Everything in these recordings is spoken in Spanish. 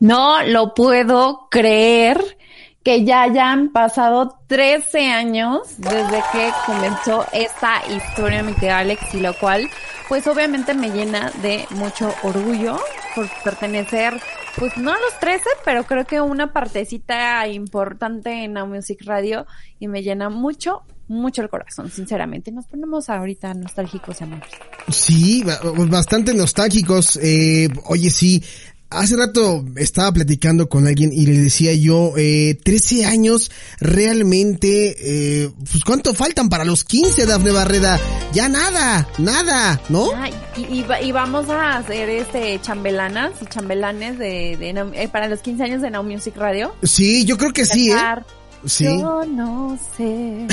No lo puedo creer que ya hayan pasado 13 años desde que comenzó esta historia, mi querida Alex, y lo cual, pues obviamente me llena de mucho orgullo por pertenecer, pues no a los 13, pero creo que una partecita importante en la Music Radio y me llena mucho, mucho el corazón, sinceramente. Nos ponemos ahorita nostálgicos, amores. Sí, ba- bastante nostálgicos. Eh, oye, sí, Hace rato estaba platicando con alguien y le decía yo, eh, 13 años realmente, eh, pues cuánto faltan para los 15, Dafne Barreda. Ya nada, nada, ¿no? Ah, y, y va- y vamos a hacer este chambelanas y chambelanes de, de Now- eh, para los 15 años de Now Music Radio. Sí, yo creo que sí, ¿eh? Cantar, Sí. Yo no sé.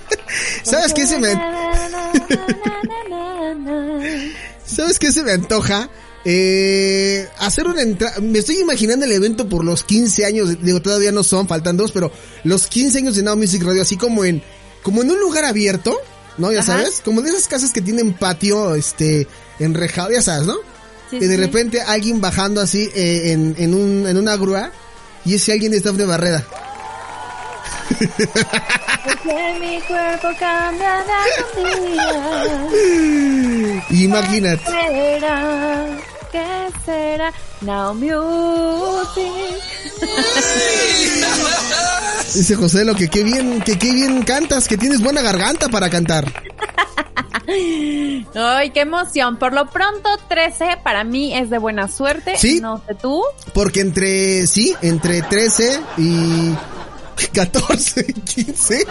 ¿Sabes qué se me, me... ¿Sabes qué se me antoja? Eh, hacer una entrada, me estoy imaginando el evento por los 15 años, digo, todavía no son, faltan dos, pero los 15 años de Now Music Radio, así como en, como en un lugar abierto, ¿no? Ya Ajá. sabes, como de esas casas que tienen patio, este, enrejado, ya sabes, ¿no? Sí, y sí. de repente alguien bajando así eh, en, en, un, en una grúa, y ese alguien es de Barrera. Porque mi cuerpo cambia de Imagínate. día. Será, ¿Qué será? Now Music. Dice José, lo que qué bien, que qué bien cantas, que tienes buena garganta para cantar. Ay, qué emoción. Por lo pronto, 13 para mí es de buena suerte. Sí. No sé tú. Porque entre, sí, entre 13 y 14, 15.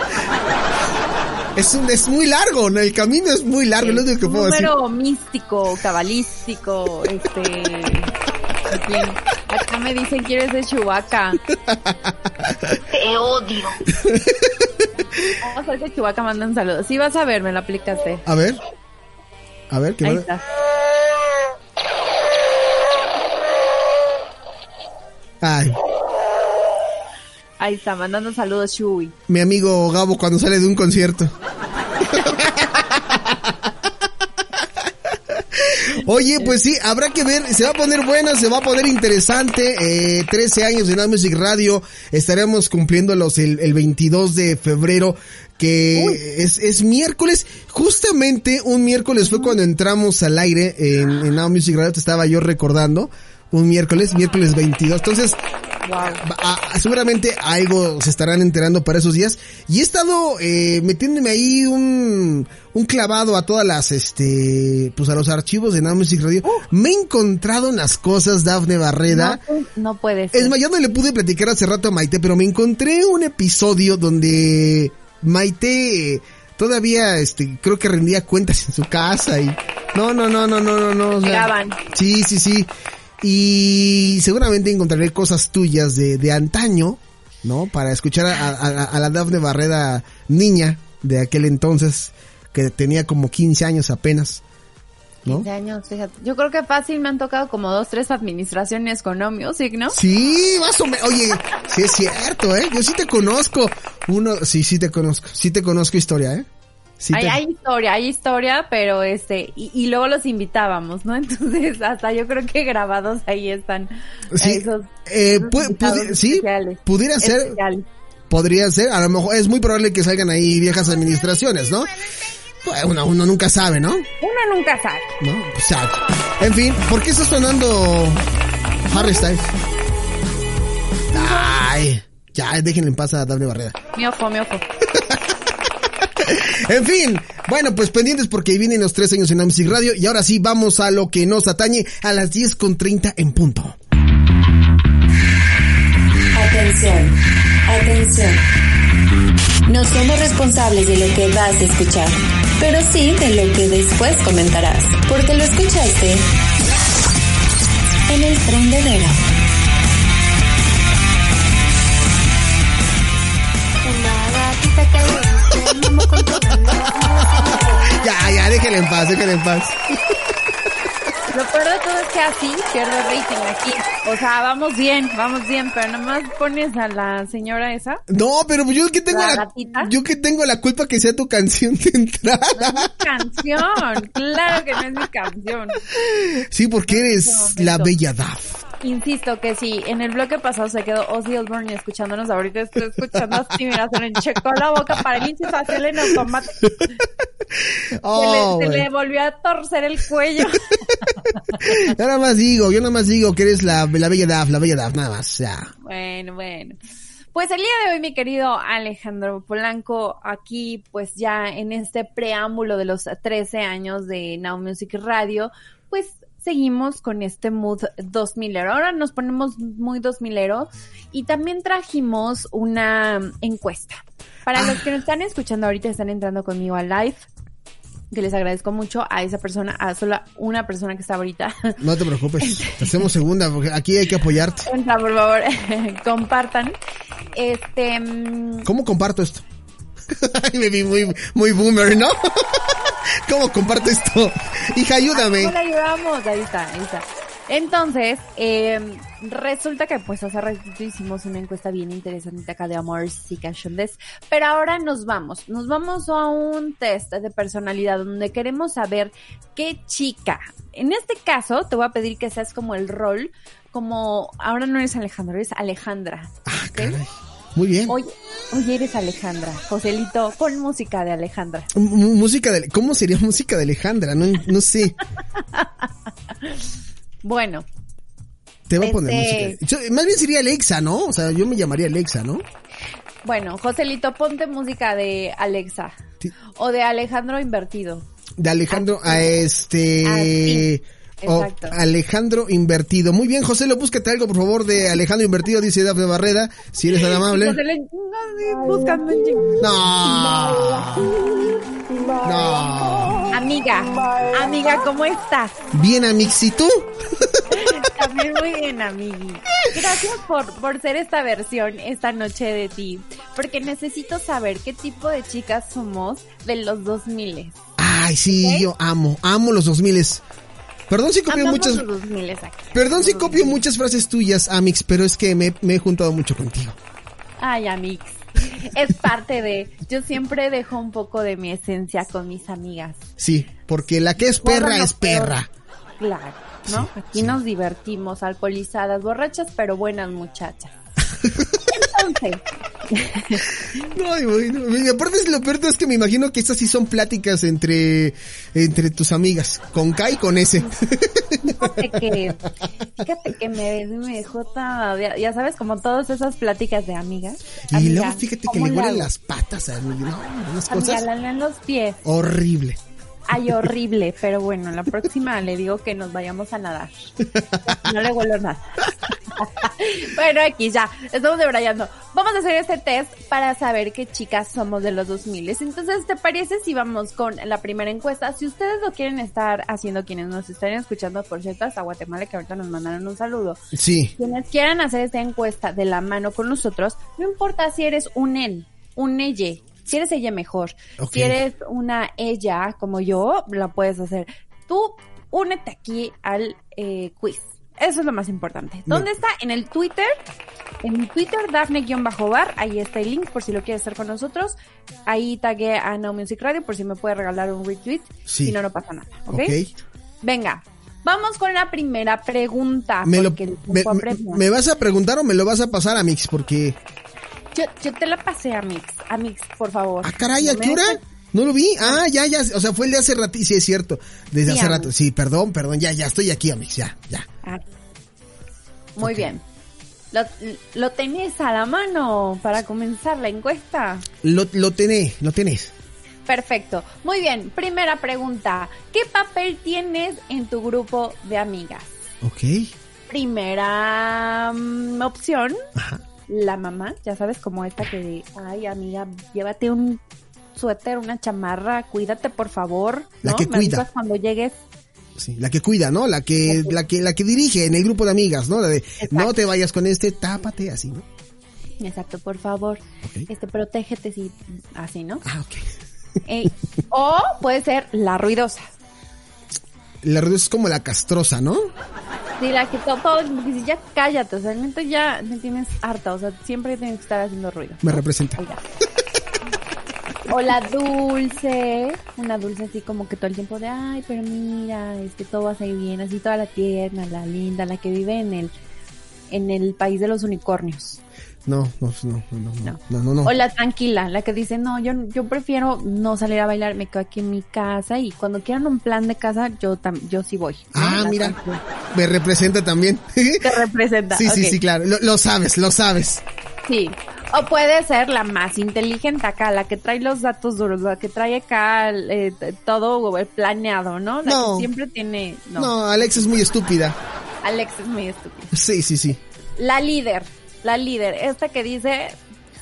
Es, un, es muy largo, ¿no? el camino es muy largo, es Ah, lo único que un puedo decir. número místico, cabalístico, este. en fin. Acá me dicen que eres de Chewbacca. Te odio. Vamos a ver que Chewbacca manda un saludo. Sí, vas a ver, me lo aplicaste. A ver. A ver, que Ahí no- está. Ay, Ahí está, mandando saludos, Chewie. mi amigo Gabo cuando sale de un concierto. Oye, pues sí, habrá que ver, se va a poner buena, se va a poner interesante. Eh, 13 años de Now Music Radio, estaremos cumpliéndolos el, el 22 de febrero, que es, es miércoles. Justamente un miércoles fue cuando entramos al aire en, en Now Music Radio, te estaba yo recordando. Un miércoles, miércoles 22. Entonces, va- a- Ah, seguramente algo se estarán enterando para esos días. Y he estado eh, metiéndome ahí un, un clavado a todas las, este, pues a los archivos de Now Music Radio. Me he encontrado unas cosas, Dafne Barreda. No, pu- no puede ser. Es más, yo no le pude platicar hace rato a Maite, pero me encontré un episodio donde Maite eh, todavía, este, creo que rendía cuentas en su casa y... No, no, no, no, no, no, no. o sea, Llegaban. sí, sí, sí. Y seguramente encontraré cosas tuyas de, de antaño, ¿no? Para escuchar a, a- a la Dafne Barreda niña de aquel entonces, que tenía como 15 años apenas, ¿no? 15 años, fíjate. Yo creo que fácil me han tocado como dos, tres administraciones con No Music, ¿no? Sí, más o menos. Oye, sí es cierto, ¿eh? Yo sí te conozco. Uno, sí, sí te conozco. Sí te conozco historia, ¿eh? Sí hay, te- hay historia, hay historia, pero este, y, y luego los invitábamos, ¿no? Entonces, hasta yo creo que grabados ahí están. Sí, esos- eh, esos pu- invitados pudi- sí, especiales. pudiera ser, Especial. podría ser. A lo mejor es muy probable que salgan ahí viejas administraciones, ¿no? Pues, Bueno, Uno, uno nunca sabe, ¿no? Uno nunca sabe. ¿No? O sea, en fin, ¿por qué está sonando Harry Styles? Ay, ya, déjenle en paz a Dafne Barrera. Mi ojo, mi ojo. En fin, bueno, pues pendientes porque vienen los tres años en Amsic Radio y ahora sí vamos a lo que nos atañe a las 10.30 en punto. Atención, atención. No somos responsables de lo que vas a escuchar, pero sí de lo que después comentarás, porque lo escuchaste en el tren de Dera. déjenla en paz, déjenla en paz. Lo peor de todo es que así pierdo rating aquí. O sea, vamos bien, vamos bien, pero nomás pones a la señora esa. No, pero yo que tengo ¿La la, ratita? yo que tengo la culpa que sea tu canción de No es entrada. mi canción, claro que no es mi canción. Sí, porque eres momento. la bella Daf. Insisto que sí, en el bloque pasado se quedó Ozzy Osbourne y escuchándonos ahorita estoy escuchando a Stevie Nicks, se le checó la boca para que se hacerle en automático. Oh, se, le, se güey. le volvió a torcer el cuello. yo nada más digo, yo nada más digo que eres la, la bella Daf, la bella Daf, nada más. Ya. Bueno, bueno. Pues el día de hoy, mi querido Alejandro Polanco, aquí pues ya en este preámbulo de los 13 años de Now Music Radio, pues seguimos con este mood 2000. Ahora nos ponemos muy 2000 y también trajimos una encuesta. Para los que nos están escuchando ahorita, están entrando conmigo a live. Que les agradezco mucho a esa persona, a sola una persona que está ahorita. No te preocupes, te hacemos segunda, porque aquí hay que apoyarte. Entra, por favor, compartan. Este, mm, ¿Cómo comparto esto? Ay, me vi muy, muy boomer, ¿no? ¿Cómo comparto esto? Hija, ayúdame. ¿cómo la ayudamos? Ahí está, ahí está. Entonces, eh, resulta que pues hace ratito hicimos una encuesta bien interesante acá de amor y cachondez, pero ahora nos vamos, nos vamos a un test de personalidad donde queremos saber qué chica. En este caso, te voy a pedir que seas como el rol, como ahora no eres Alejandro, eres Alejandra. ¿ok? Ah, Caray, Muy bien. Oye, oye, eres Alejandra. Joselito, pon música de Alejandra. M- m- música de, ¿Cómo sería música de Alejandra? No, no sé. Bueno, Te voy a poner Este- música. Yo- más bien sería Alexa, ¿no? O sea, yo me llamaría Alexa, ¿no? bueno, Joselito, ponte música de Alexa. Sí. O de Alejandro Invertido. De Alejandro Ah, a este. Así. o Ah, Exacto. Alejandro Invertido. Muy bien, José, lo búscate algo, por favor, de Alejandro Invertido, dice Dafne Barrera, si eres tan amable. José le- no, sí, buscando un chingo. No. No. Amiga, amiga, ¿cómo estás? Bien, Amix, ¿y tú? También muy bien, amigui. Gracias por, por ser esta versión esta noche de ti. Porque necesito saber qué tipo de chicas somos de los 2000. Ay, sí, yo amo, amo los 2000 Perdón si copio Amamos muchas. los 2000 aquí. Perdón si copio muchas frases tuyas, Amix, pero es que me, me he juntado mucho contigo. Ay, amix. Es parte de. Yo siempre dejo un poco de mi esencia con mis amigas. Sí, porque la que es perra Guardan lo es perra. peor. Claro, ¿no? Sí, Aquí sí. nos divertimos, alcoholizadas, borrachas, pero buenas muchachas. Entonces, No, y bueno, y aparte es lo peor es que me imagino que estas sí son pláticas entre, entre tus amigas, con K y con S. fíjate que, fíjate que me, me dejó tan. Ya, ya sabes, como todas esas pláticas de amigas. y Amiga, luego fíjate que ¿cómo le huelen hago? las patas a mí, ¿no? Unas Amiga, cosas le huelen los pies. horrible. Ay, horrible, pero bueno, la próxima le digo que nos vayamos a nadar. No le huelo nada. Bueno, aquí ya, estamos debrayando. Vamos a hacer este test para saber qué chicas somos de los 2000. Entonces, ¿te parece si vamos con la primera encuesta? Si ustedes lo quieren estar haciendo, quienes nos estén escuchando, por cierto, hasta Guatemala, que ahorita nos mandaron un saludo. Sí. Quienes quieran hacer esta encuesta de la mano con nosotros, no importa si eres un él, un ella, si eres ella mejor, Ok. si eres una ella como yo, la puedes hacer. Tú únete aquí al eh, quiz. Eso es lo más importante. No. ¿Dónde está? En el Twitter. En mi Twitter, Dafne-Bar, ahí está el link por si lo quieres hacer con nosotros. Ahí tagué a No Music Radio por si me puede regalar un retweet. Sí. Si no, no pasa nada. ¿ok? Ok. Venga, vamos con la primera pregunta. Me, lo, porque el me- tiempo me- apremia. me vas a preguntar o me lo vas a pasar, Amix? Porque. Yo, yo te la pasé a Mix, a Mix, por favor. Ah, caray, ¿a No qué me hora? dejes- No lo vi. Ah, ya, ya. O sea, fue el de hace rato. Sí, es cierto. Desde Sí, hace rato. Amix. Sí, perdón, perdón. Ya, ya. Estoy aquí, Amix. Ya, ya. Ah. Muy bien. Lo, lo tenés a la mano para comenzar la encuesta. Lo, lo tené, lo tenés. Perfecto. Muy bien, primera pregunta. ¿Qué papel tienes en tu grupo de amigas? Ok. Primera mm, opción, Ajá. la mamá, ya sabes, como esta que de, ay amiga, llévate un suéter, una chamarra, cuídate por favor. La ¿no? que Me cuida. avisas cuando llegues. Sí, la que cuida, ¿no? La que, la que, la que dirige en el grupo de amigas, ¿no? La de, no te vayas con este, tápate, así, ¿no? Exacto, por favor. Ok. Este, protégete si así, ¿no? Ah, ok. Eh, o puede ser la ruidosa. La ruidosa es como la castrosa, ¿no? Sí, la que todo, todo porque si ya cállate, o sea, realmente ya me tienes harta, o sea, siempre tienes que estar haciendo ruido. Me representa. Oiga. O la dulce, una dulce así como que todo el tiempo de, ay, pero mira, es que todo va a salir bien, así toda la tierna, la linda, la que vive en el, en el país de los unicornios. No, no, no, no, no, no, no, no. O la tranquila, la que dice, no, yo, yo prefiero no salir a bailar, me quedo aquí en mi casa y cuando quieran un plan de casa, yo tam yo sí voy. Ah, La mira, tranquila. me representa también. Te representa. Sí, sí, ok. sí, claro, lo, lo sabes, lo sabes. Sí. O puede ser la más inteligente acá, la que trae los datos duros, la que trae acá eh, t- todo planeado, ¿no? La No. que siempre tiene... No. No. Alex es muy estúpida. Alex es muy estúpido. Sí, sí, sí. La líder, la líder, esta que dice,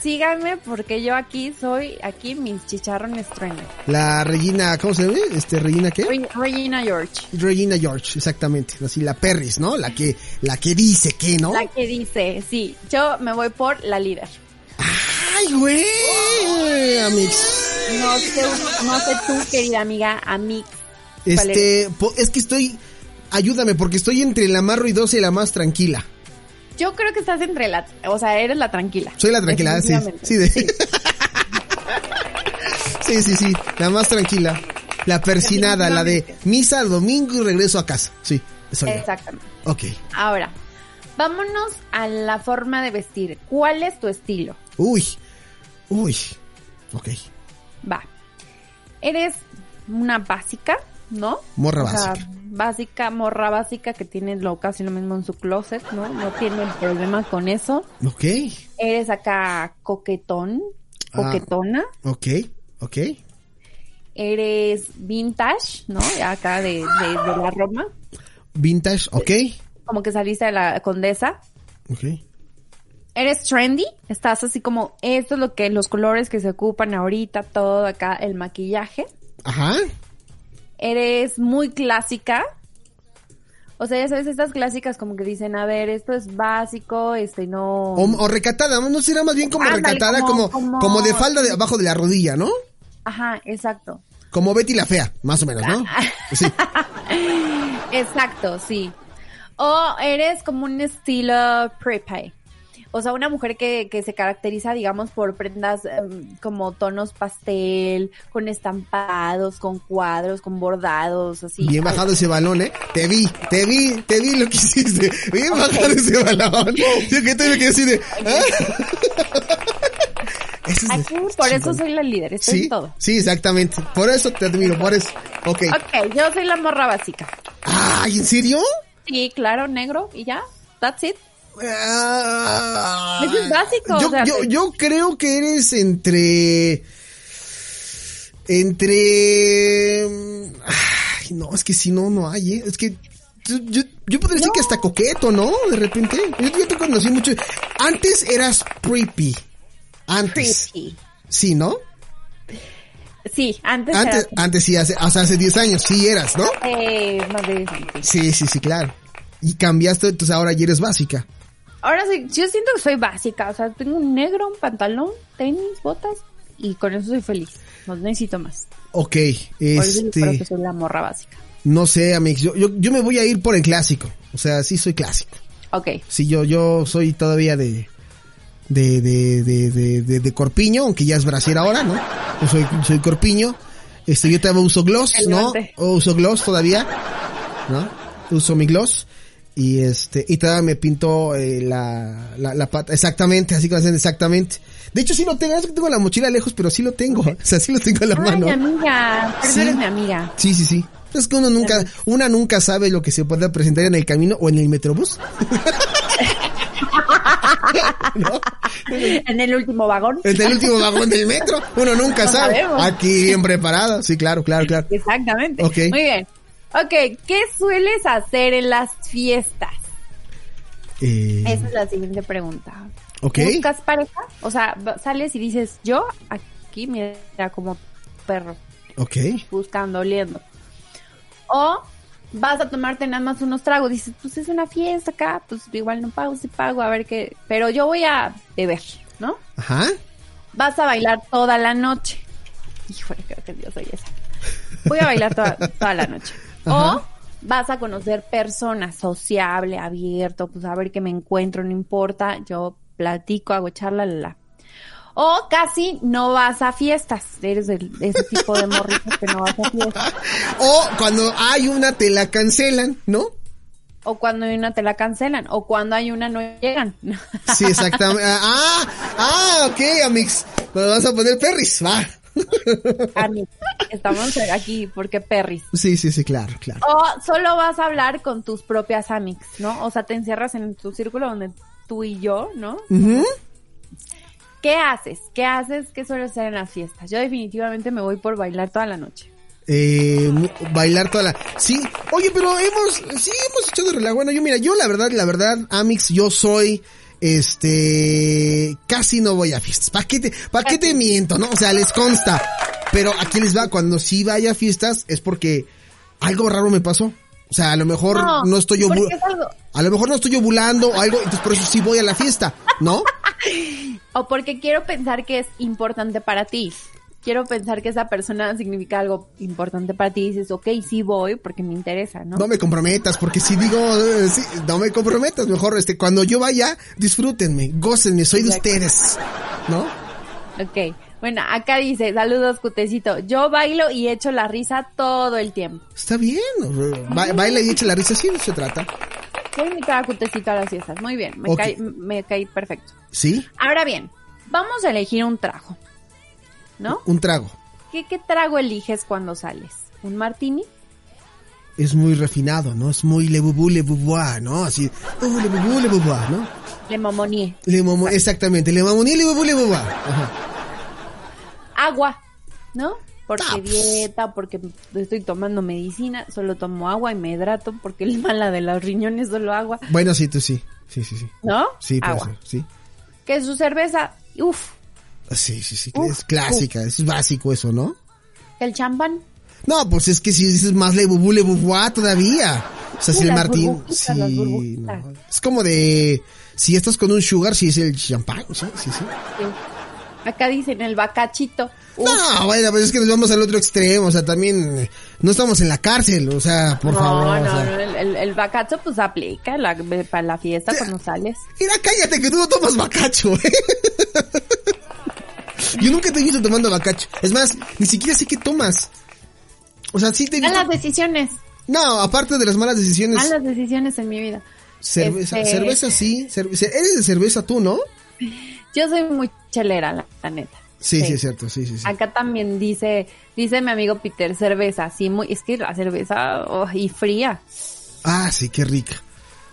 síganme porque yo aquí soy, aquí mis chicharrones truenan. La Regina, ¿cómo se llama? Este, Regina, ¿qué? Re- Regina George, Regina George, exactamente. Así la Perris, ¿no? La que, la que dice que, ¿no? la que dice, sí, yo me voy por la líder. ¡Ay, güey! Amix. No sé, no sé tú, querida amiga, a mí. ¿cuál eres? Este, po- es que estoy, ayúdame, porque estoy entre la más ruidosa y la más tranquila. Yo creo que estás entre la, o sea, eres la tranquila. Soy la tranquila, sí. Definitivamente. Sí, de- sí, sí, sí, la más tranquila. La persinada, la de misa al domingo y regreso a casa. Sí, soy yo. Exactamente. Ok. Ahora, vámonos a la forma de vestir. ¿Cuál es tu estilo? Uy, uy, ok. Va. Eres una básica, ¿no? Morra O sea, básica. básica, morra básica que tiene lo casi lo mismo en su closet, ¿no? No tiene problema con eso. Ok, Eres acá coquetón, Ah. coquetona. ok, ok. Eres vintage, ¿no? Acá de, de, de la Roma. Vintage, ok, Como que saliste de la condesa. ok. Eres trendy, estás así como, esto es lo que, los colores que se ocupan ahorita, todo acá, el maquillaje. Ajá, eres muy clásica. O sea, ya sabes, estas clásicas como que dicen, a ver, esto es básico, este no. O, o recatada, no será más bien como Ándale, recatada, como, como- como, como- de falda de abajo de la rodilla, ¿no? Ajá, exacto. Como Betty la Fea, más o menos, ¿no? Ah. Sí, Exacto, sí. O eres como un estilo preppy. O sea, una mujer que, que se caracteriza, digamos, por prendas em, como tonos pastel, con estampados, con cuadros, con bordados, así. bien bajado ese balón, ¿eh? Te vi, te vi, te vi lo que hiciste. Bien bajado ese balón. Yo que te me quedé así de... ¿ah? Eso es- Aquí, por eso chingón. soy la líder, estoy Sí, en todo. sí, exactamente. Por eso te admiro, por eso. Ok. Ok, yo soy la morra básica. Ay, ¿en serio? Sí, claro, negro y ya. That's it. Ah. Eso es básico, Yo, o sea, pues- yo, te- yo creo que eres entre. Entre. Ay, no, es que si no, no hay, ¿eh? Es que. Yo, yo- yo podría decir que hasta coqueto, ¿no? De repente. Yo, yo te conocí mucho. Antes eras creepy. Antes. Pretty. Sí, ¿no? Sí, antes, Antes, antes sí, hace, o sea, hace 10 años sí eras, ¿no? era eh, más de diez años, sí. Sí, sí, sí, claro. Y cambiaste, entonces ahora ya eres básica. Ahora sí, yo siento que soy básica. O sea, tengo un negro, un pantalón, tenis, botas y con eso soy feliz. No necesito más. Ok, Por eso yo creo que este, soy la morra básica. no sé, Amix, yo, yo, yo me voy a ir por el clásico, o sea, sí soy clásico. Ok. Sí, yo, yo soy todavía de, de, de, de, de, de- de corpiño, aunque ya es brasier ahora, ¿no? Yo soy, soy corpiño, este, yo todavía uso gloss, El ¿no? guante. O uso gloss todavía, ¿no? Uso mi gloss. Y este, y todavía me pinto eh, la, la, la pata, exactamente, así que hacen exactamente. De hecho, sí lo tengo, es que tengo la mochila lejos, pero sí lo tengo, o sea, sí lo tengo en la Ay, mano. mi amiga. Por eso Sí. eres mi amiga. Sí, sí, sí. Es que uno nunca, una nunca sabe lo que se puede presentar en el camino o en el metrobús. En el último vagón. En el último vagón del metro. Uno nunca No sabe. sabemos. Aquí bien preparado. Sí, claro, claro, claro. Exactamente. Ok. Muy bien. Ok, ¿qué sueles hacer en las fiestas? Eh, Esa es la siguiente pregunta. ok. ¿Buscas pareja? O sea, va- sales y dices, yo aquí, mira, como perro, Ok. buscando, oliendo. O vas a tomarte nada más unos tragos. Dices, pues es una fiesta acá, pues igual no pago, sí pago, a ver qué. Pero yo voy a beber, ¿no? Ajá. Vas a bailar toda la noche. Híjole, creo que que yo soy esa. Voy a bailar toda, toda la noche. O vas a conocer personas, sociable, abierto, pues a ver qué me encuentro, no importa, yo platico, hago charla, la, la. O casi no vas a fiestas, eres de ese tipo de morritos que no vas a fiestas. O cuando hay una te la cancelan, ¿no? O cuando hay una te la cancelan, o cuando hay una no llegan. Sí, exactamente. Ah, ah, ok, Amix. Me vas a poner perris, va. Amix, estamos aquí porque perris. Sí, sí, sí, claro, claro. O solo vas a hablar con tus propias amix, ¿no? O sea, te encierras en tu círculo donde tú y yo, ¿no? Ujú. ¿Qué haces? ¿Qué haces? ¿Qué suele hacer en las fiestas? Yo definitivamente me voy por bailar toda la noche. Eh, mu- bailar toda la... Sí, oye, pero hemos, sí, hemos echado relajo. Bueno, yo mira, yo la verdad, la verdad, Amix, yo soy, este, casi no voy a fiestas. ¿Para qué te, pa' qué te miento, no? O sea, les consta. Pero aquí les va, cuando sí vaya a fiestas es porque algo raro me pasó. O sea, a lo mejor no, No, estoy ovu- porque es algo- a lo mejor no estoy ovulando o algo, entonces por eso sí voy a la fiesta, ¿no? O porque quiero pensar que es importante para ti. Quiero pensar que esa persona significa algo importante para ti y dices, ok, sí voy porque me interesa, ¿no? No me comprometas, porque si digo, eh, sí, no me comprometas, mejor este, cuando yo vaya, disfrútenme, gócenme, soy de Exacto. ustedes, ¿no? Ok. Bueno, acá dice, saludos, cutecito. Yo bailo y echo la risa todo el tiempo. Está bien, ba- baila y echa la risa, sí, de eso se trata, Voy a invitar a cutecito a las fiestas. Muy bien, me, Ok. caí, me caí perfecto. ¿sí? Ahora bien, vamos a elegir un trago, ¿no? Un trago, ¿Qué, qué trago eliges cuando sales? ¿Un martini? es muy refinado, ¿no? Es muy le bubú, le bubuá, ¿no? Así, uh, le bubú, le bubuá, ¿no? Le momonie. Le momo- exactamente, le mamoní, le bubú, le bubuá. Ajá. Agua, ¿no? Porque Ah, pues. dieta, porque estoy tomando medicina, solo tomo agua y me hidrato, porque el mala de los riñones solo agua, Bueno, sí, tú sí, sí, sí, sí. ¿no? Sí, puede agua. ser, sí. Que es su cerveza, uff, Sí, sí, sí, Uf, es clásica, es básico eso, ¿no? el champán. No, pues es que si dices más le bubú, le bubuá todavía. O sea, Sí, si el las Martín. burbujitas, Sí, las burbujitas. no. Es como de. Si estás con un sugar, si es el champán, sí, sí, sí. sí. Acá dicen el bacachito. Uf, No, bueno, pues es que nos vamos al otro extremo. O sea, también. eh, No estamos en la cárcel, o sea, por no, favor. o no, sea. no, el, el, el bacacho pues aplica la- para la fiesta cuando sales. Mira, cállate que tú no tomas bacacho, ¿eh? Yo nunca te he visto tomando bacacho. Es más, ni siquiera sé qué tomas. O sea, sí te he A visto- las decisiones, No, aparte de las malas decisiones. a las decisiones en mi vida. Cerveza, Este- cerveza sí. cerve- Eres de cerveza tú, ¿no? Yo soy muy chelera, la, la neta. Sí, sí, es cierto, sí, sí, sí. Acá también dice, dice mi amigo Peter, cerveza, sí, muy, es que la cerveza, oh, y fría, Ah, sí, qué rica.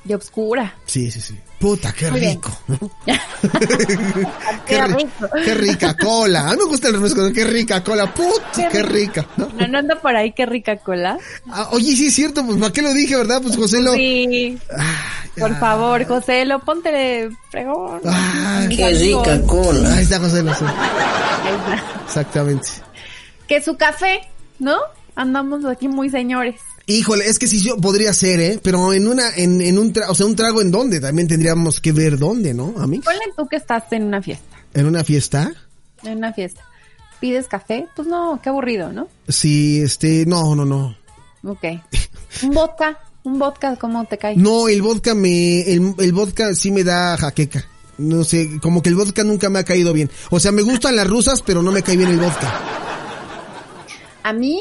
y obscura. Sí, sí, sí. Puta, qué Muy bien. rico. qué, ri- rico. qué rica cola. A mí me gusta el refresco, qué rica cola. Puta, qué rica. ¿no? No, no anda por ahí, qué rica cola. Ah, oye, sí es cierto, pues ¿para qué lo dije, verdad? Pues José lo... Sí, Ah, por ah, favor, José, lo ponte de fregón. ah, Qué rica ahí está José lo sí. Ahí está. Exactamente. Que su café, ¿no? Andamos aquí muy señores. Híjole, es que sí yo podría ser, ¿eh? Pero en una, en, en un trago, o sea, un trago en dónde, también tendríamos que ver dónde, ¿no? A mí. Ponle tú que estás en una fiesta, En una fiesta. en una fiesta. ¿Pides café? Pues no, qué aburrido, ¿no? Sí, este, no, no, no. Ok. Un vodka, un vodka, ¿cómo te cae? No, el vodka me, el, el vodka sí me da jaqueca. No sé, como que el vodka nunca me ha caído bien. O sea, me gustan las rusas, pero no me cae bien el vodka. A mí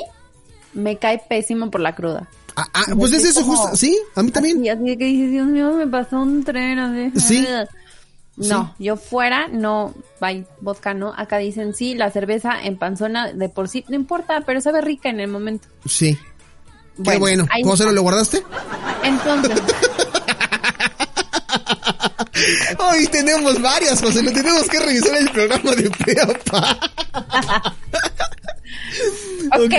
me cae pésimo por la cruda. Ah, ah, pues es eso justo, ¿sí? A mí Y también. así que dices, Dios mío, me pasó un tren. así. Sí. No, yo fuera, no, bye, vodka no. Acá dicen, sí, la cerveza en panzona de por sí, no importa, pero sabe rica en el momento. Sí. Qué bueno. ahí ¿Cómo se está. lo, lo guardaste? Entonces, Hoy tenemos varias, José. Lo tenemos que revisar el programa de Peapa. ok, Ok,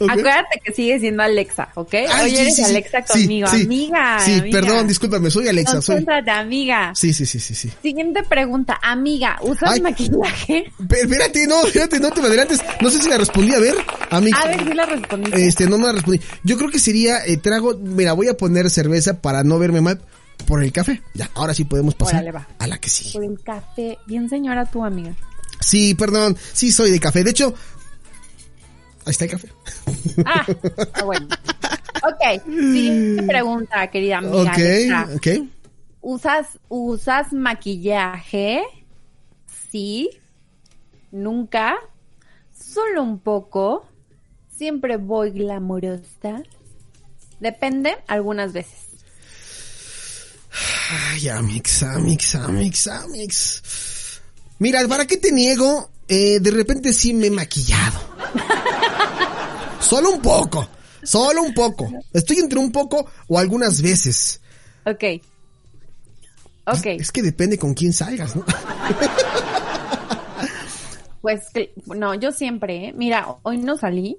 ok. acuérdate que sigue siendo Alexa, ¿ok? Oye, eres Alexa conmigo, amiga. Sí, amiga. perdón, discúlpame, soy Alexa, soy. Concéntrate, amiga. Sí, sí, sí, sí, sí. Siguiente pregunta, amiga, ¿usas Ay. maquillaje? Pe- Espérate, no, espérate, no te me adelantes. No sé si la respondí, a ver, amiga. A ver si la respondí. Este, no me la respondí. Yo creo que sería eh, trago. Mira, voy a poner cerveza para no verme mal por el café. Ya, ahora sí podemos pasar Órale, va. a la que sí. Por el café. Bien señora tu amiga. Sí, perdón, sí soy de café. De hecho, Ahí está el café. Ah, bueno. Ok, siguiente pregunta, querida amiga. ok, Alexa. ok. ¿Usas, ¿Usas maquillaje? Sí. Nunca. Solo un poco. Siempre voy glamorosa. Depende, algunas veces. Ay, Amix, Amix, Amix, Amix. Mira, ¿para qué te niego? Eh, de repente sí me he maquillado. Solo un poco. Solo un poco. Estoy entre un poco o algunas veces. Ok. Ok, Es que depende con quién salgas, ¿no? pues cl- no, yo siempre, ¿eh? Mira, hoy no salí.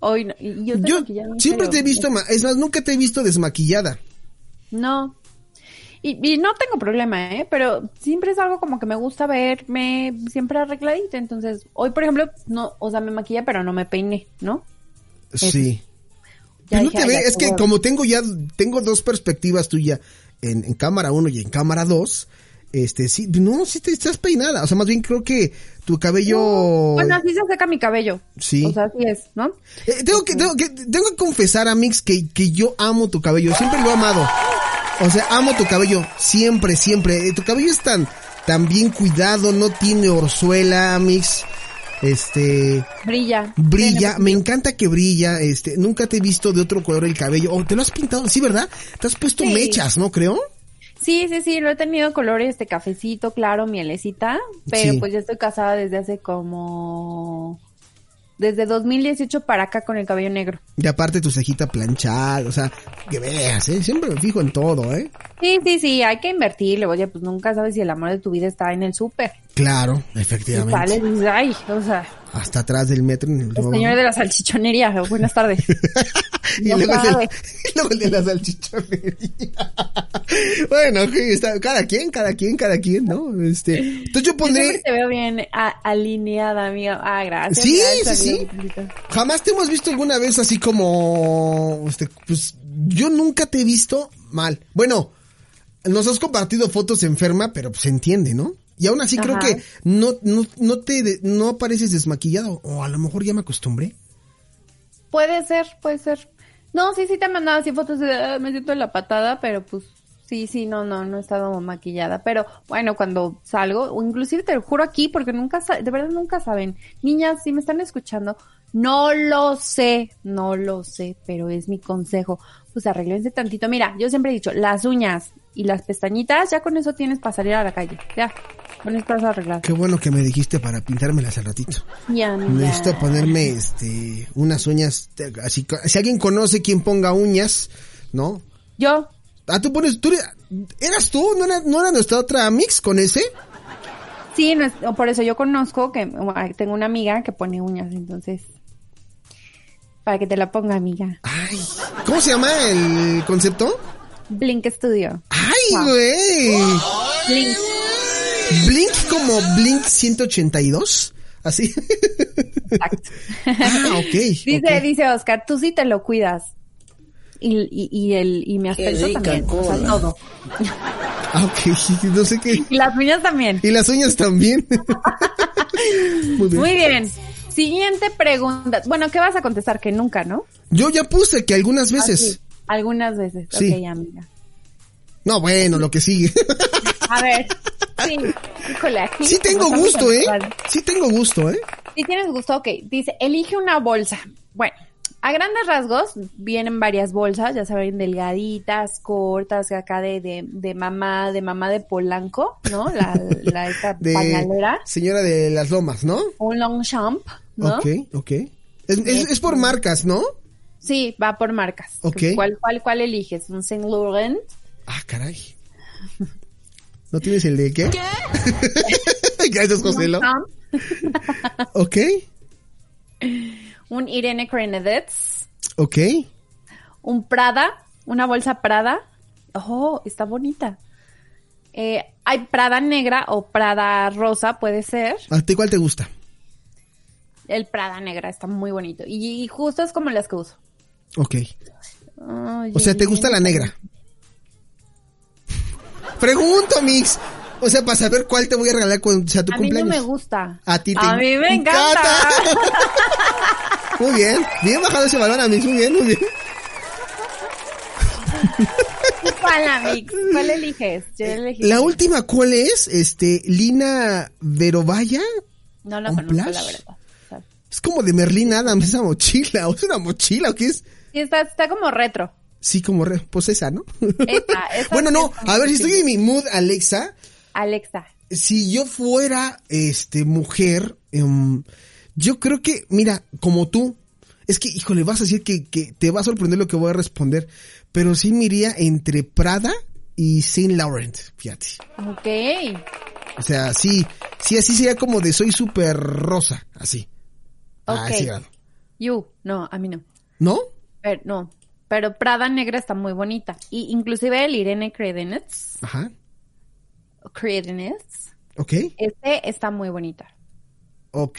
Hoy no, y yo, estoy Yo maquillada, en siempre serio. te he visto, ma- es más, nunca te he visto desmaquillada. No. Y, y no tengo problema, ¿eh? Pero siempre es algo como que me gusta verme siempre arregladita. Entonces, hoy, por ejemplo, no, o sea, me maquillé, pero no me peiné, ¿no? Sí. Ya Pues no dije, te "Ay, ve- ya, es qué que hueva". como tengo ya, tengo dos perspectivas tuya en, en cámara 1 y en cámara 2, este, sí, no, sí te estás peinada, o sea, más bien creo que tu cabello... Bueno, así se seca mi cabello. Sí. O sea, así es, ¿no? Eh, tengo, que, tengo, que, tengo que confesar a Mix que, que yo amo tu cabello, siempre lo he amado. O sea, amo tu cabello, siempre, siempre. Eh, tu cabello es tan, tan bien cuidado, no tiene orzuela, Mix. Este, Brilla. brilla, me encanta que brilla, este, nunca te he visto de otro color el cabello, o te lo has pintado, sí, ¿verdad? Te has puesto Sí. mechas, ¿no? Creo. Sí, sí, sí, lo he tenido colores de cafecito, claro, mielecita, pero Sí. pues ya estoy casada desde hace como... Desde 2018 para acá con el cabello negro. Y aparte tu cejita planchada, o sea, que veas, ¿eh? Siempre me fijo en todo, ¿eh? Sí, sí, sí, hay que invertirle. Oye, pues nunca sabes si el amor de tu vida está en el súper. Claro, Y sales efectivamente. y dices, ay, o sea, Hasta atrás del metro en el el señor de la salchichonería. Buenas tardes. y, No luego es el, sabe. y luego el de la salchichonería. bueno, que está- cada quien, cada quien, cada quien, ¿no? Este, entonces yo Yo siempre pondré, te veo bien a- alineada, amiga. Ah, gracias. Sí, gracias, sí, amiga, mi princesita. jamás te hemos visto alguna vez así como, este, pues, yo nunca te he visto mal. Bueno, nos has compartido fotos enferma, pero pues se entiende, ¿no? Y aún así creo Ajá. que no, no, no te, de- no apareces desmaquillado, o a lo mejor ya me acostumbré. Puede ser, puede ser. No, sí, sí te he mandado así fotos de, "Ah, me siento en la patada, pero pues sí, sí, no, no, no he estado maquillada. Pero bueno, cuando salgo, o inclusive te lo juro aquí, porque nunca, sa- de verdad nunca saben. Niñas, si me están escuchando, no lo sé, no lo sé, pero es mi consejo. Pues arreglense tantito. Mira, yo siempre he dicho, las uñas y las pestañitas, ya con eso tienes para salir a la calle. Ya, con esto estás arreglado. Qué bueno que me dijiste para pintármelas al ratito. Ya, amiga. Necesito ponerme este unas uñas te- así co- si alguien conoce quien ponga uñas, ¿no? Yo, Ah, tú pones tú eres- eras tú, no era, no era nuestra otra mix con ese. Sí, no es- o por eso yo conozco que bueno, tengo una amiga que pone uñas, entonces. Para que te la ponga, amiga. Ay, ¿cómo se llama el concepto? Blink Studio. Ay, Wow. güey. Blink. Blink como Blink 182, así. Exacto. ah, ok. dice, ok. dice Oscar, tú sí te lo cuidas. Y, y, y el, y mi aspecto también. o sea, todo. Ah, ok, no sé qué. Y las uñas también. Y las uñas también. Muy bien. Muy bien. Siguiente pregunta. Bueno, ¿qué vas a contestar? Que nunca, ¿no? Yo ya puse que algunas veces. Así, algunas veces. Sí. Ok, amiga. No, bueno, lo que sigue. A ver. Sí, híjole, aquí Sí tengo como gusto, estamos ¿eh? conectadas. Sí tengo gusto, ¿eh? Si tienes gusto, ok. Dice, elige una bolsa. Bueno, a grandes rasgos vienen varias bolsas, ya saben, delgaditas, cortas, acá de, de, de mamá, de mamá de Polanco, ¿no? La, la esta De pañalera, Señora de las Lomas, ¿no? un long champ, ¿no? Ok, ok. Es, es- es por marcas, ¿no? Sí, va por marcas. Ok. ¿Cuál, cuál, cuál eliges? ¿Un Saint Laurent? Ah, caray. ¿No tienes el de qué? Gracias, Joselo. Un Champ, Ok, un Irene Crenadets, ok. un Prada, una bolsa Prada. Oh, está bonita. Eh, hay Prada negra o Prada rosa, puede ser. ¿A ti cuál te gusta? El Prada negra está muy bonito. Y, y justo es como las que uso. Ok. Oye, O sea, ¿te gusta la negra? Pregunto, Mix. O sea, para saber cuál te voy a regalar cuando sea tu A mí no cumpleaños. me gusta. A ti te A mí me encanta. Muy bien. Bien bajado ese balón a mí. Muy bien, muy bien. ¿Cuál, Amix? ¿Cuál eliges? Yo elegí. Eh, La última, ¿cuál es? Este, Lina Verovaya. No la ¿Un conozco, plush? la verdad. O sea, Es como de Merlin Adams esa mochila. ¿O es una mochila o qué es? sí, está, está como retro. Sí, como re, pues esa, ¿no? Esa, esa bueno, sí no, está a ver, muy si estoy en mi mood, Alexa, Alexa. si yo fuera, este, mujer, em, yo creo que, mira, como tú, es que, híjole, vas a decir que, que te va a sorprender lo que voy a responder, pero sí me iría entre Prada y Saint Laurent, fíjate. Ok. O sea, sí, sí, así sería como de soy súper rosa, así. Ok. A ese grado. You. No, a mí no. ¿No? Pero, no. Pero Prada Negra está muy bonita. Y inclusive el Irene Credenets. Ajá. Credenets. Ok, Este está muy bonita. ok.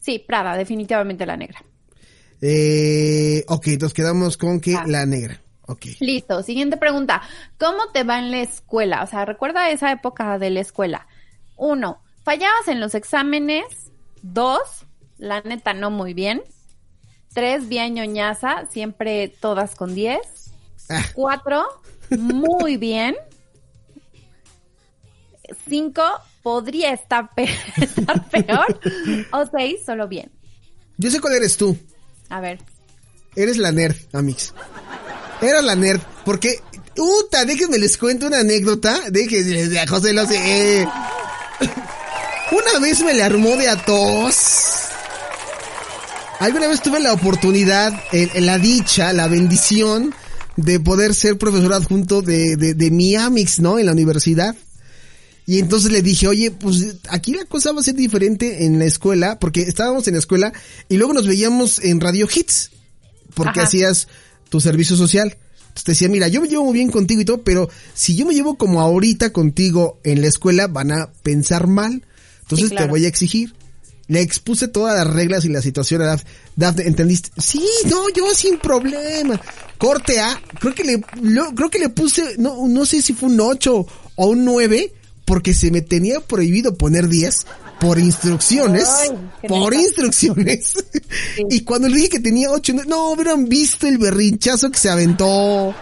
Sí, Prada, definitivamente la negra. Eh, ok, nos quedamos con que Ah. la negra. Ok. Listo, siguiente pregunta. ¿Cómo te va en la escuela? O sea, recuerda esa época de la escuela. Uno, fallabas en los exámenes. Dos, la neta no muy bien. Tres, bien ñoñaza, siempre todas con diez. Ah. Cuatro, muy bien. Cinco, podría estar, pe- estar peor. O seis, solo bien. Yo sé cuál eres tú. A ver. Eres la nerd, Amix. Eras la nerd. Porque, puta, déjenme les cuento una anécdota. Déjenme, a José lo sé. eh. Una vez me le armó de a tos. Alguna vez tuve la oportunidad, el- el- la dicha, la bendición de poder ser profesor adjunto de, de, de mi Amix, ¿no? En la universidad. Y entonces le dije, oye, pues aquí la cosa va a ser diferente en la escuela, porque estábamos en la escuela y luego nos veíamos en Radio Hits, porque Ajá. hacías tu servicio social. Entonces te decía, mira, yo me llevo muy bien contigo y todo, pero si yo me llevo como ahorita contigo en la escuela, van a pensar mal. Entonces Sí, claro. te voy a exigir. Le expuse todas las reglas y la situación a Daf- Dafne, ¿entendiste? Sí, no, yo sin problema. Corte A, creo que le, lo- creo que le puse, no, no sé si fue un 8 o un 9, porque se me tenía prohibido poner 10 por instrucciones. Ay, qué por neta. instrucciones. Y cuando le dije que tenía 8, no, hubieran visto el berrinchazo que se aventó.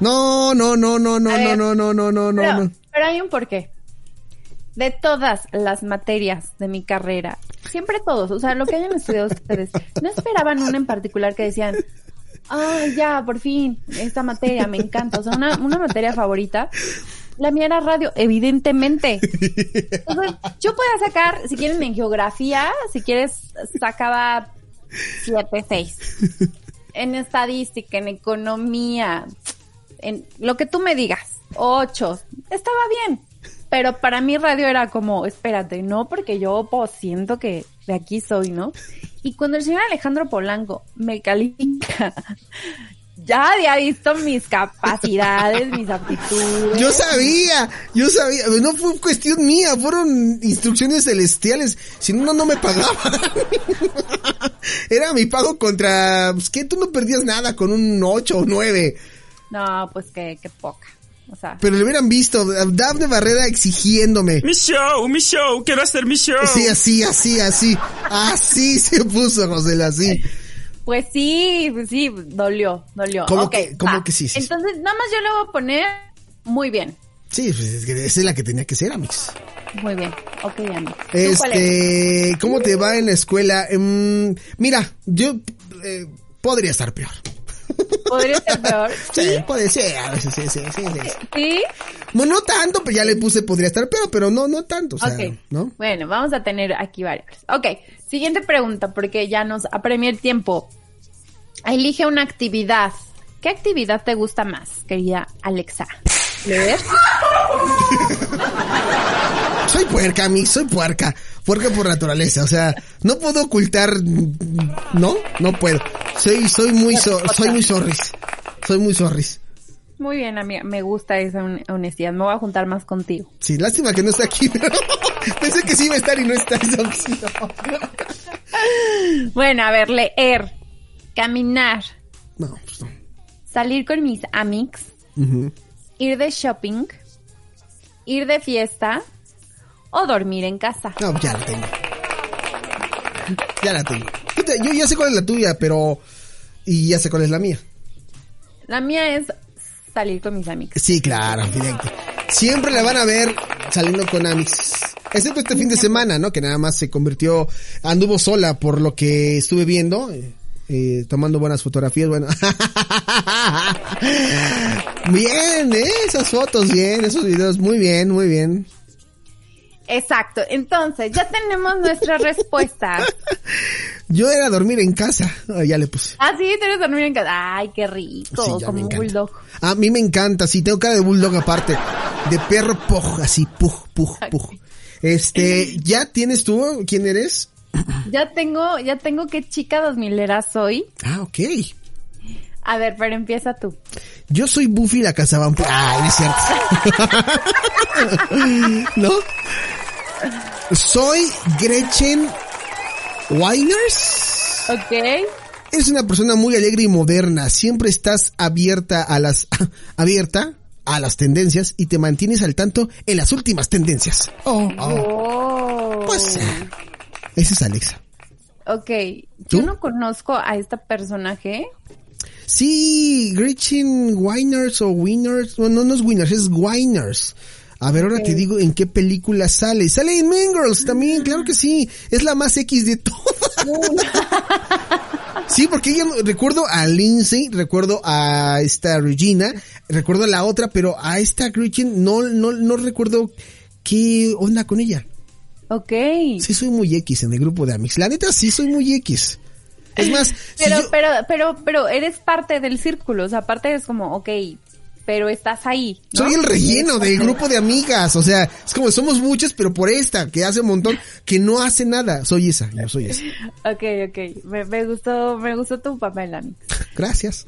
No, no, no, no, no, A no, ver, no, no, no, no, pero, no. pero hay un porqué. De todas las materias de mi carrera, siempre todos, o sea, lo que hayan estudiado ustedes, no esperaban una en particular que decían, ay, ya, por fin, esta materia me encanta, o sea, una, una materia favorita. La mía era radio, evidentemente. Entonces, yo podía sacar, si quieren, en geografía, si quieres, sacaba 7, 6. En estadística, en economía, en lo que tú me digas, ocho, estaba bien. Pero para mí radio era como, espérate, no, porque yo pues, siento que de aquí soy, ¿no? Y cuando el señor Alejandro Polanco me califica, ya había visto mis capacidades, mis aptitudes. Yo sabía, yo sabía, no fue cuestión mía, fueron instrucciones celestiales, si no, no, no me pagaban. Era mi pago contra, pues que tú no perdías nada con un 8 o 9, No, pues que, que poca. O sea, pero lo hubieran visto, Dafne Barrera exigiéndome. Mi show, mi show, quiero hacer mi show. Sí, así, así, así, así se puso José, así. pues sí, pues sí, dolió, dolió. ¿Cómo Ok, que- cómo va. que sí, sí, sí. Entonces, nada más yo le voy a poner muy bien, Sí, pues es que esa es la que tenía que ser, amigos. muy bien. Ok, Ana. ¿Tú cuál eres? Este, ¿cómo te va en la escuela? Em, mira, yo eh, podría estar peor. Podría ser peor. Sí, puede ser, a veces, sí, sí, sí, sí. Sí. Bueno, no tanto, pues ya le puse podría estar peor, pero no, no tanto, o sea, Ok. ¿no? Bueno, vamos a tener aquí variables. Ok, siguiente pregunta, porque ya nos apremia el tiempo. Elige una actividad. ¿Qué actividad te gusta más, querida Alexa? ¿Leer? Soy puerca, mi, soy puerca, puerca por naturaleza, o sea, no puedo ocultar, no, no puedo. Soy, soy muy, so- soy muy sorris, soy muy sorris. Muy bien, amiga, me gusta esa hon- honestidad. Me voy a juntar más contigo. Sí, lástima que no está aquí, pero pensé que sí iba a estar y no pues está. Bueno, a ver, leer, caminar, No, pues no. salir con mis amics, Ujú. ir de shopping, ir de fiesta o dormir en casa. pues No, ya la tengo. Ya la tengo. Yo, te- yo ya sé cuál es la tuya, pero. Y ya sé cuál es la mía. La mía es salir con mis amigas. Sí, claro, directo. Siempre la van a ver saliendo con Amix. Excepto este fin de semana, ¿no? Que nada más se convirtió, anduvo sola por lo que estuve viendo, eh, eh, tomando buenas fotografías, bueno. bien, ¿eh? Esas fotos, bien, esos videos, muy bien, muy bien. Exacto. Entonces, ya tenemos nuestras respuestas. Yo era dormir en casa, Ah, ya le puse. Ah, sí, tienes dormir en casa. Ay, qué rico. Sí, ya me como un encanta. bulldog. A mí me encanta, sí, tengo cara de bulldog aparte. De perro poj, así, puj, puj, puj. Este, ¿ya tienes tú quién eres? Ya tengo, ya tengo qué chica dos milera soy. Ah, ok. A ver, pero empieza tú. Yo soy Buffy la cazavampa. Ay, no es cierto. ¿No? Soy Gretchen Winers. Ok. Es una persona muy alegre y moderna. Siempre estás abierta a las abierta a las tendencias y te mantienes al tanto en las últimas tendencias. Oh, oh. Oh. Pues eh, esa es Alexa. Ok. ¿Tú? Yo no conozco a este personaje. Sí, Gretchen Winers o Winners. No, no, no es Winners, es Winers. A ver, ahora te digo en qué película sale. Sale en Mean Girls también, claro que sí. Es la más X de todas. Sí, porque ella, recuerdo a Lindsay, recuerdo a esta Regina, recuerdo a la otra, pero a esta Gretchen no, no, no recuerdo qué onda con ella. Ok. Sí, soy muy X en el grupo de Amix. La neta, sí, soy muy X. Es más, si Pero, yo- pero, pero, pero eres parte del círculo. O sea, aparte es como, ok, pero estás ahí. ¿no? Soy el relleno del grupo de amigas, o sea, es como somos muchas, pero por esta, que hace un montón, que no hace nada. Soy esa, yo soy esa. Ok, ok. Me, me gustó, me gustó tu papel, Ami. Gracias.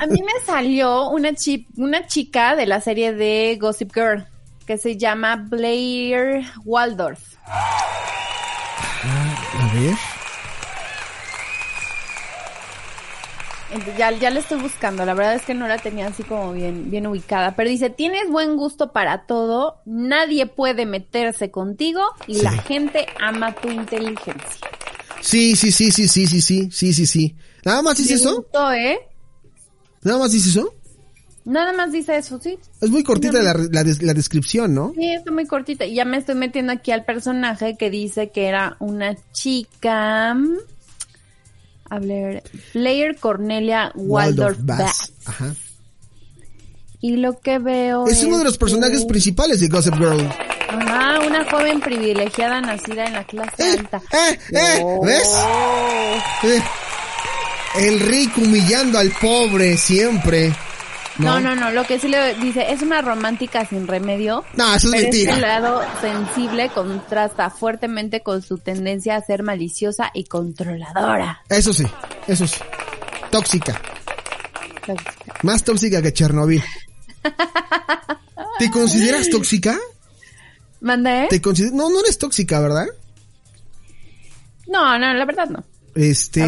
A mí me salió una, chi- una chica de la serie de Gossip Girl que se llama Blair Waldorf. A ver. Ent- Ya, ya la estoy buscando, la verdad es que no la tenía así como bien, bien ubicada. Pero dice, tienes buen gusto para todo, nadie puede meterse contigo y la gente ama tu inteligencia. Sí, sí, sí, sí, sí, sí, sí, sí, sí, sí. Nada más dice Me eso, gustó, ¿eh? nada más dice eso. Nada más dice eso, sí. Es muy cortita la, la des- la descripción, ¿no? Sí, está muy cortita. Y ya me estoy metiendo aquí al personaje que dice que era una chica. mm, A ver, Blair Cornelia Waldorf Bass. Oh, Ajá. Y lo que veo es. Es uno de los personajes que- principales de Gossip Girl. Ajá, una joven privilegiada nacida en la clase Eh, alta. eh, eh, Oh. ¿Ves? Eh, El rico humillando al pobre siempre. No, no, no. Lo que sí le dice es una romántica sin remedio. No, eso es Pero mentira. este lado sensible contrasta fuertemente con su tendencia a ser maliciosa y controladora. Eso sí, eso sí. Tóxica. Más tóxica que Chernobyl. ¿Te consideras tóxica? ¿Manda, eh? ¿Te consider- no, no eres tóxica, ¿verdad? No, no, la verdad no. La verdad Este.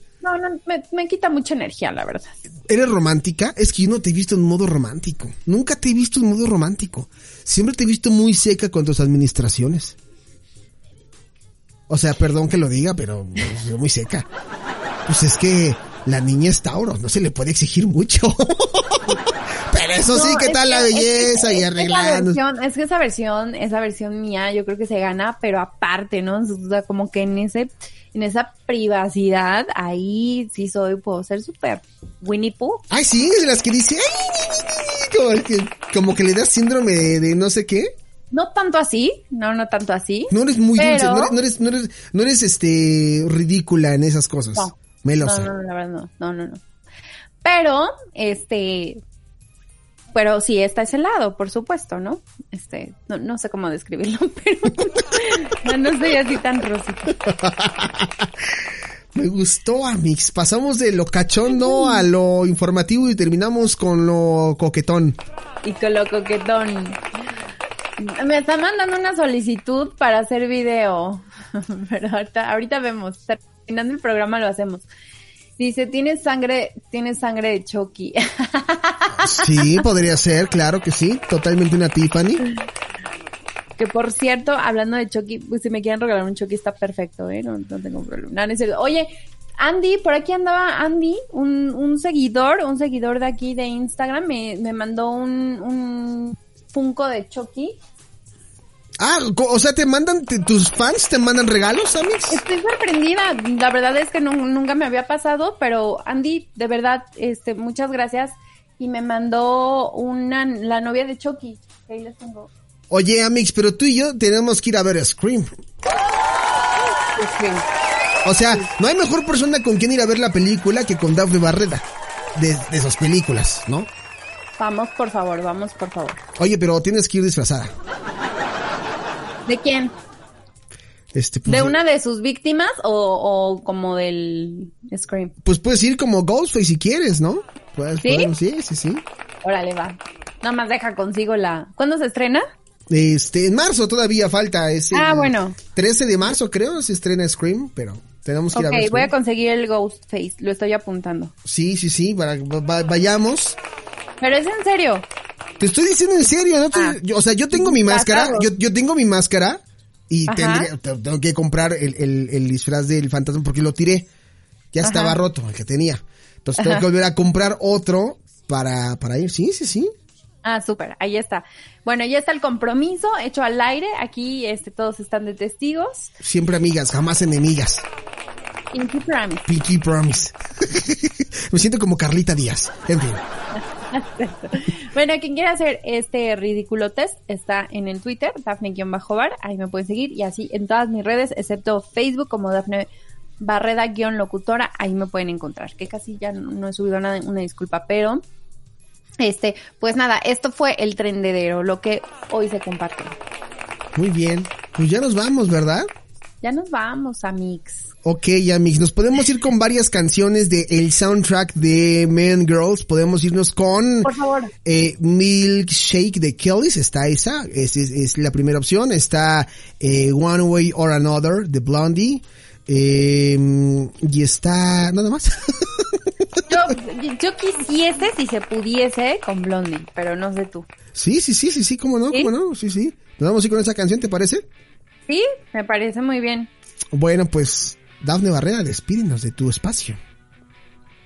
no. No, no, me, me quita mucha energía, la verdad. ¿Eres romántica? Es que yo no te he visto en modo romántico. Nunca te he visto en modo romántico. Siempre te he visto muy seca con tus administraciones. O sea, perdón que lo diga, pero pues, yo muy seca. Pues es que la niña es Tauro, no se le puede exigir mucho. Pero eso sí, No, ¿qué es tal la que- es que- belleza es y que la arreglando? versión- Es que esa versión, esa versión mía, yo creo que se gana, pero aparte, ¿no? O sea, como que en ese, en esa privacidad, ahí sí soy, puedo ser súper Winnie Pooh. Ay, sí, es de las que dice, "Ay, ni, ni, ni", como que, como que le da síndrome de, de no sé qué. No tanto así, no, no tanto así. No eres muy dulce, pero- no eres, no eres, no eres, no eres, este, ridícula en esas cosas. No. Melosa. No, no, no, la verdad no, no, no, no. Pero, este, pero sí está ese lado, por supuesto, ¿no? Este, no, no sé cómo describirlo, pero no, no soy así tan rosita. Me gustó, Amix. Pasamos de lo cachondo a lo informativo y terminamos con lo coquetón. Y con lo coquetón. Me está mandando una solicitud para hacer video. Pero ahorita, ahorita vemos. Terminando el programa lo hacemos. Dice, tienes sangre, tienes sangre de Chucky. Sí, podría ser, claro que sí. Totalmente una Tiffany. Que por cierto, hablando de Chucky, pues si me quieren regalar un Chucky está perfecto, ¿eh? No, no tengo problema. No, no es cierto. Oye, Andy, por aquí andaba Andy, un, un seguidor, un seguidor de aquí de Instagram, me, me mandó un, un Funko de Chucky. Ah, o sea, te mandan, te, tus fans te mandan regalos, Amix. Estoy sorprendida. La verdad es que no, nunca me había pasado, pero Andy, de verdad, este, muchas gracias. Y me mandó una, la novia de Chucky. Ahí les tengo. Oye, Amix, pero tú y yo tenemos que ir a ver a Scream. Scream. O sea, sí. no hay mejor persona con quien ir a ver la película que con Daphne Barreda. De, de esas películas, ¿no? Vamos, por favor, vamos, por favor. Oye, pero tienes que ir disfrazada. ¿De quién? Este, pues, ¿De una de sus víctimas o, o, como del Scream? Pues puedes ir como Ghostface si quieres, ¿no? Puedes, ¿Sí? Podemos, sí, sí, sí. Órale, va. Nada más deja consigo la... ¿Cuándo se estrena? Este, en marzo todavía falta. ese ah, bueno. 13 de marzo creo se estrena Scream, pero tenemos que Ok, ir a ver voy a Scream. conseguir el Ghostface, lo estoy apuntando. Sí, sí, sí, para, va- va- vayamos. Pero es en serio. Te estoy diciendo en serio, ¿no? te- Ah. yo- o sea, yo tengo mi máscara, Bastardos. yo, yo tengo mi máscara y Ajá. tendré- te- tengo que comprar el, el- el disfraz del fantasma porque lo tiré. Ya estaba roto el que tenía. Entonces tengo que volver a comprar otro para, para ir. Sí, sí, sí. Ah, súper, ahí está. Bueno, ya está el compromiso hecho al aire. Aquí este, todos están de testigos. Siempre amigas, jamás enemigas. Pinky Promise. Pinky Promise. Me siento como Carlita Díaz. En fin. Bueno, quien quiera hacer este ridículo test está en el Twitter, Dafne-Bar, ahí me pueden seguir y así en todas mis redes, excepto Facebook como Dafne Barreda-Locutora, ahí me pueden encontrar, que casi ya no, no he subido nada, una disculpa, pero este, pues nada, esto fue el trendedero, lo que hoy se compartió. Muy bien. Pues ya nos vamos, ¿verdad? Ya nos vamos, amigos. Ok, Yamix, nos podemos ir con varias canciones de el soundtrack de Men Girls. Podemos irnos con Por favor. eh, Milkshake de Kellys, está esa, es, es- es la primera opción. Está eh, One Way or Another de Blondie. eh, y está nada más. Yo, yo quisiese, si se pudiese, con Blondie, pero no sé tú. sí, sí, sí, sí, sí, cómo no, ¿Sí? cómo no, sí, sí. Nos vamos a ir con esa canción, ¿te parece? Sí, me parece muy bien. Bueno, pues Dafne Barrera, despídenos de tu espacio.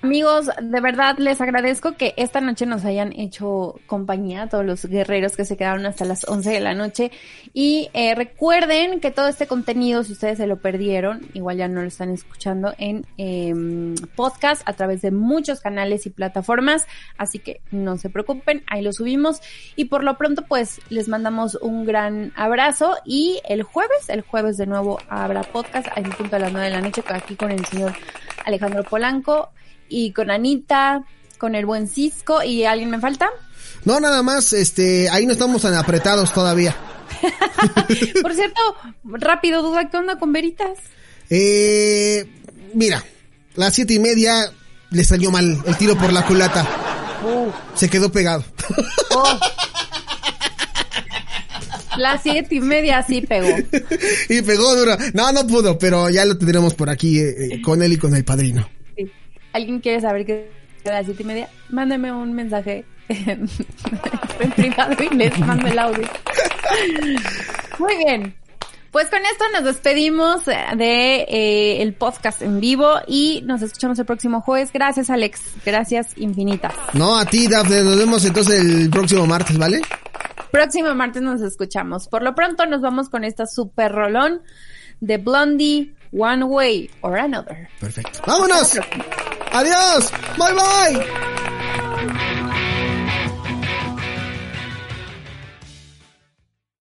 Amigos, de verdad les agradezco que esta noche nos hayan hecho compañía, a todos los guerreros que se quedaron hasta las 11 de la noche. Y eh, recuerden que todo este contenido, si ustedes se lo perdieron, igual ya no lo están escuchando en em, podcast a través de muchos canales y plataformas. Así que no se preocupen, ahí lo subimos. Y por lo pronto, pues les mandamos un gran abrazo. Y el jueves, el jueves de nuevo habrá podcast a punto de las 9 de la noche aquí con el señor Alejandro Polanco y con Anita, con el buen Cisco y alguien me falta. No, nada más, este, ahí no estamos tan apretados todavía. Por cierto, rápido, duda, ¿qué onda con Veritas? Eh, mira, las siete y media le salió mal el tiro por la culata. Se quedó pegado. Las siete y media sí pegó. y pegó duro. No, no pudo, pero ya lo tendremos por aquí eh, eh, con él y con el padrino. Sí. ¿Alguien quiere saber qué es a las siete y media? Mándeme un mensaje en privado y les mando el audio. Muy bien. Pues con esto nos despedimos eh, de eh, el podcast en vivo y nos escuchamos el próximo jueves. Gracias, Alex. Gracias infinitas. No, a ti, Dafne, nos vemos entonces el próximo martes, ¿vale? Próximo martes nos escuchamos. Por lo pronto nos vamos con esta super rolón de Blondie, One Way or Another. Perfecto. ¡Vámonos! ¡Adiós! ¡Bye, bye! Thank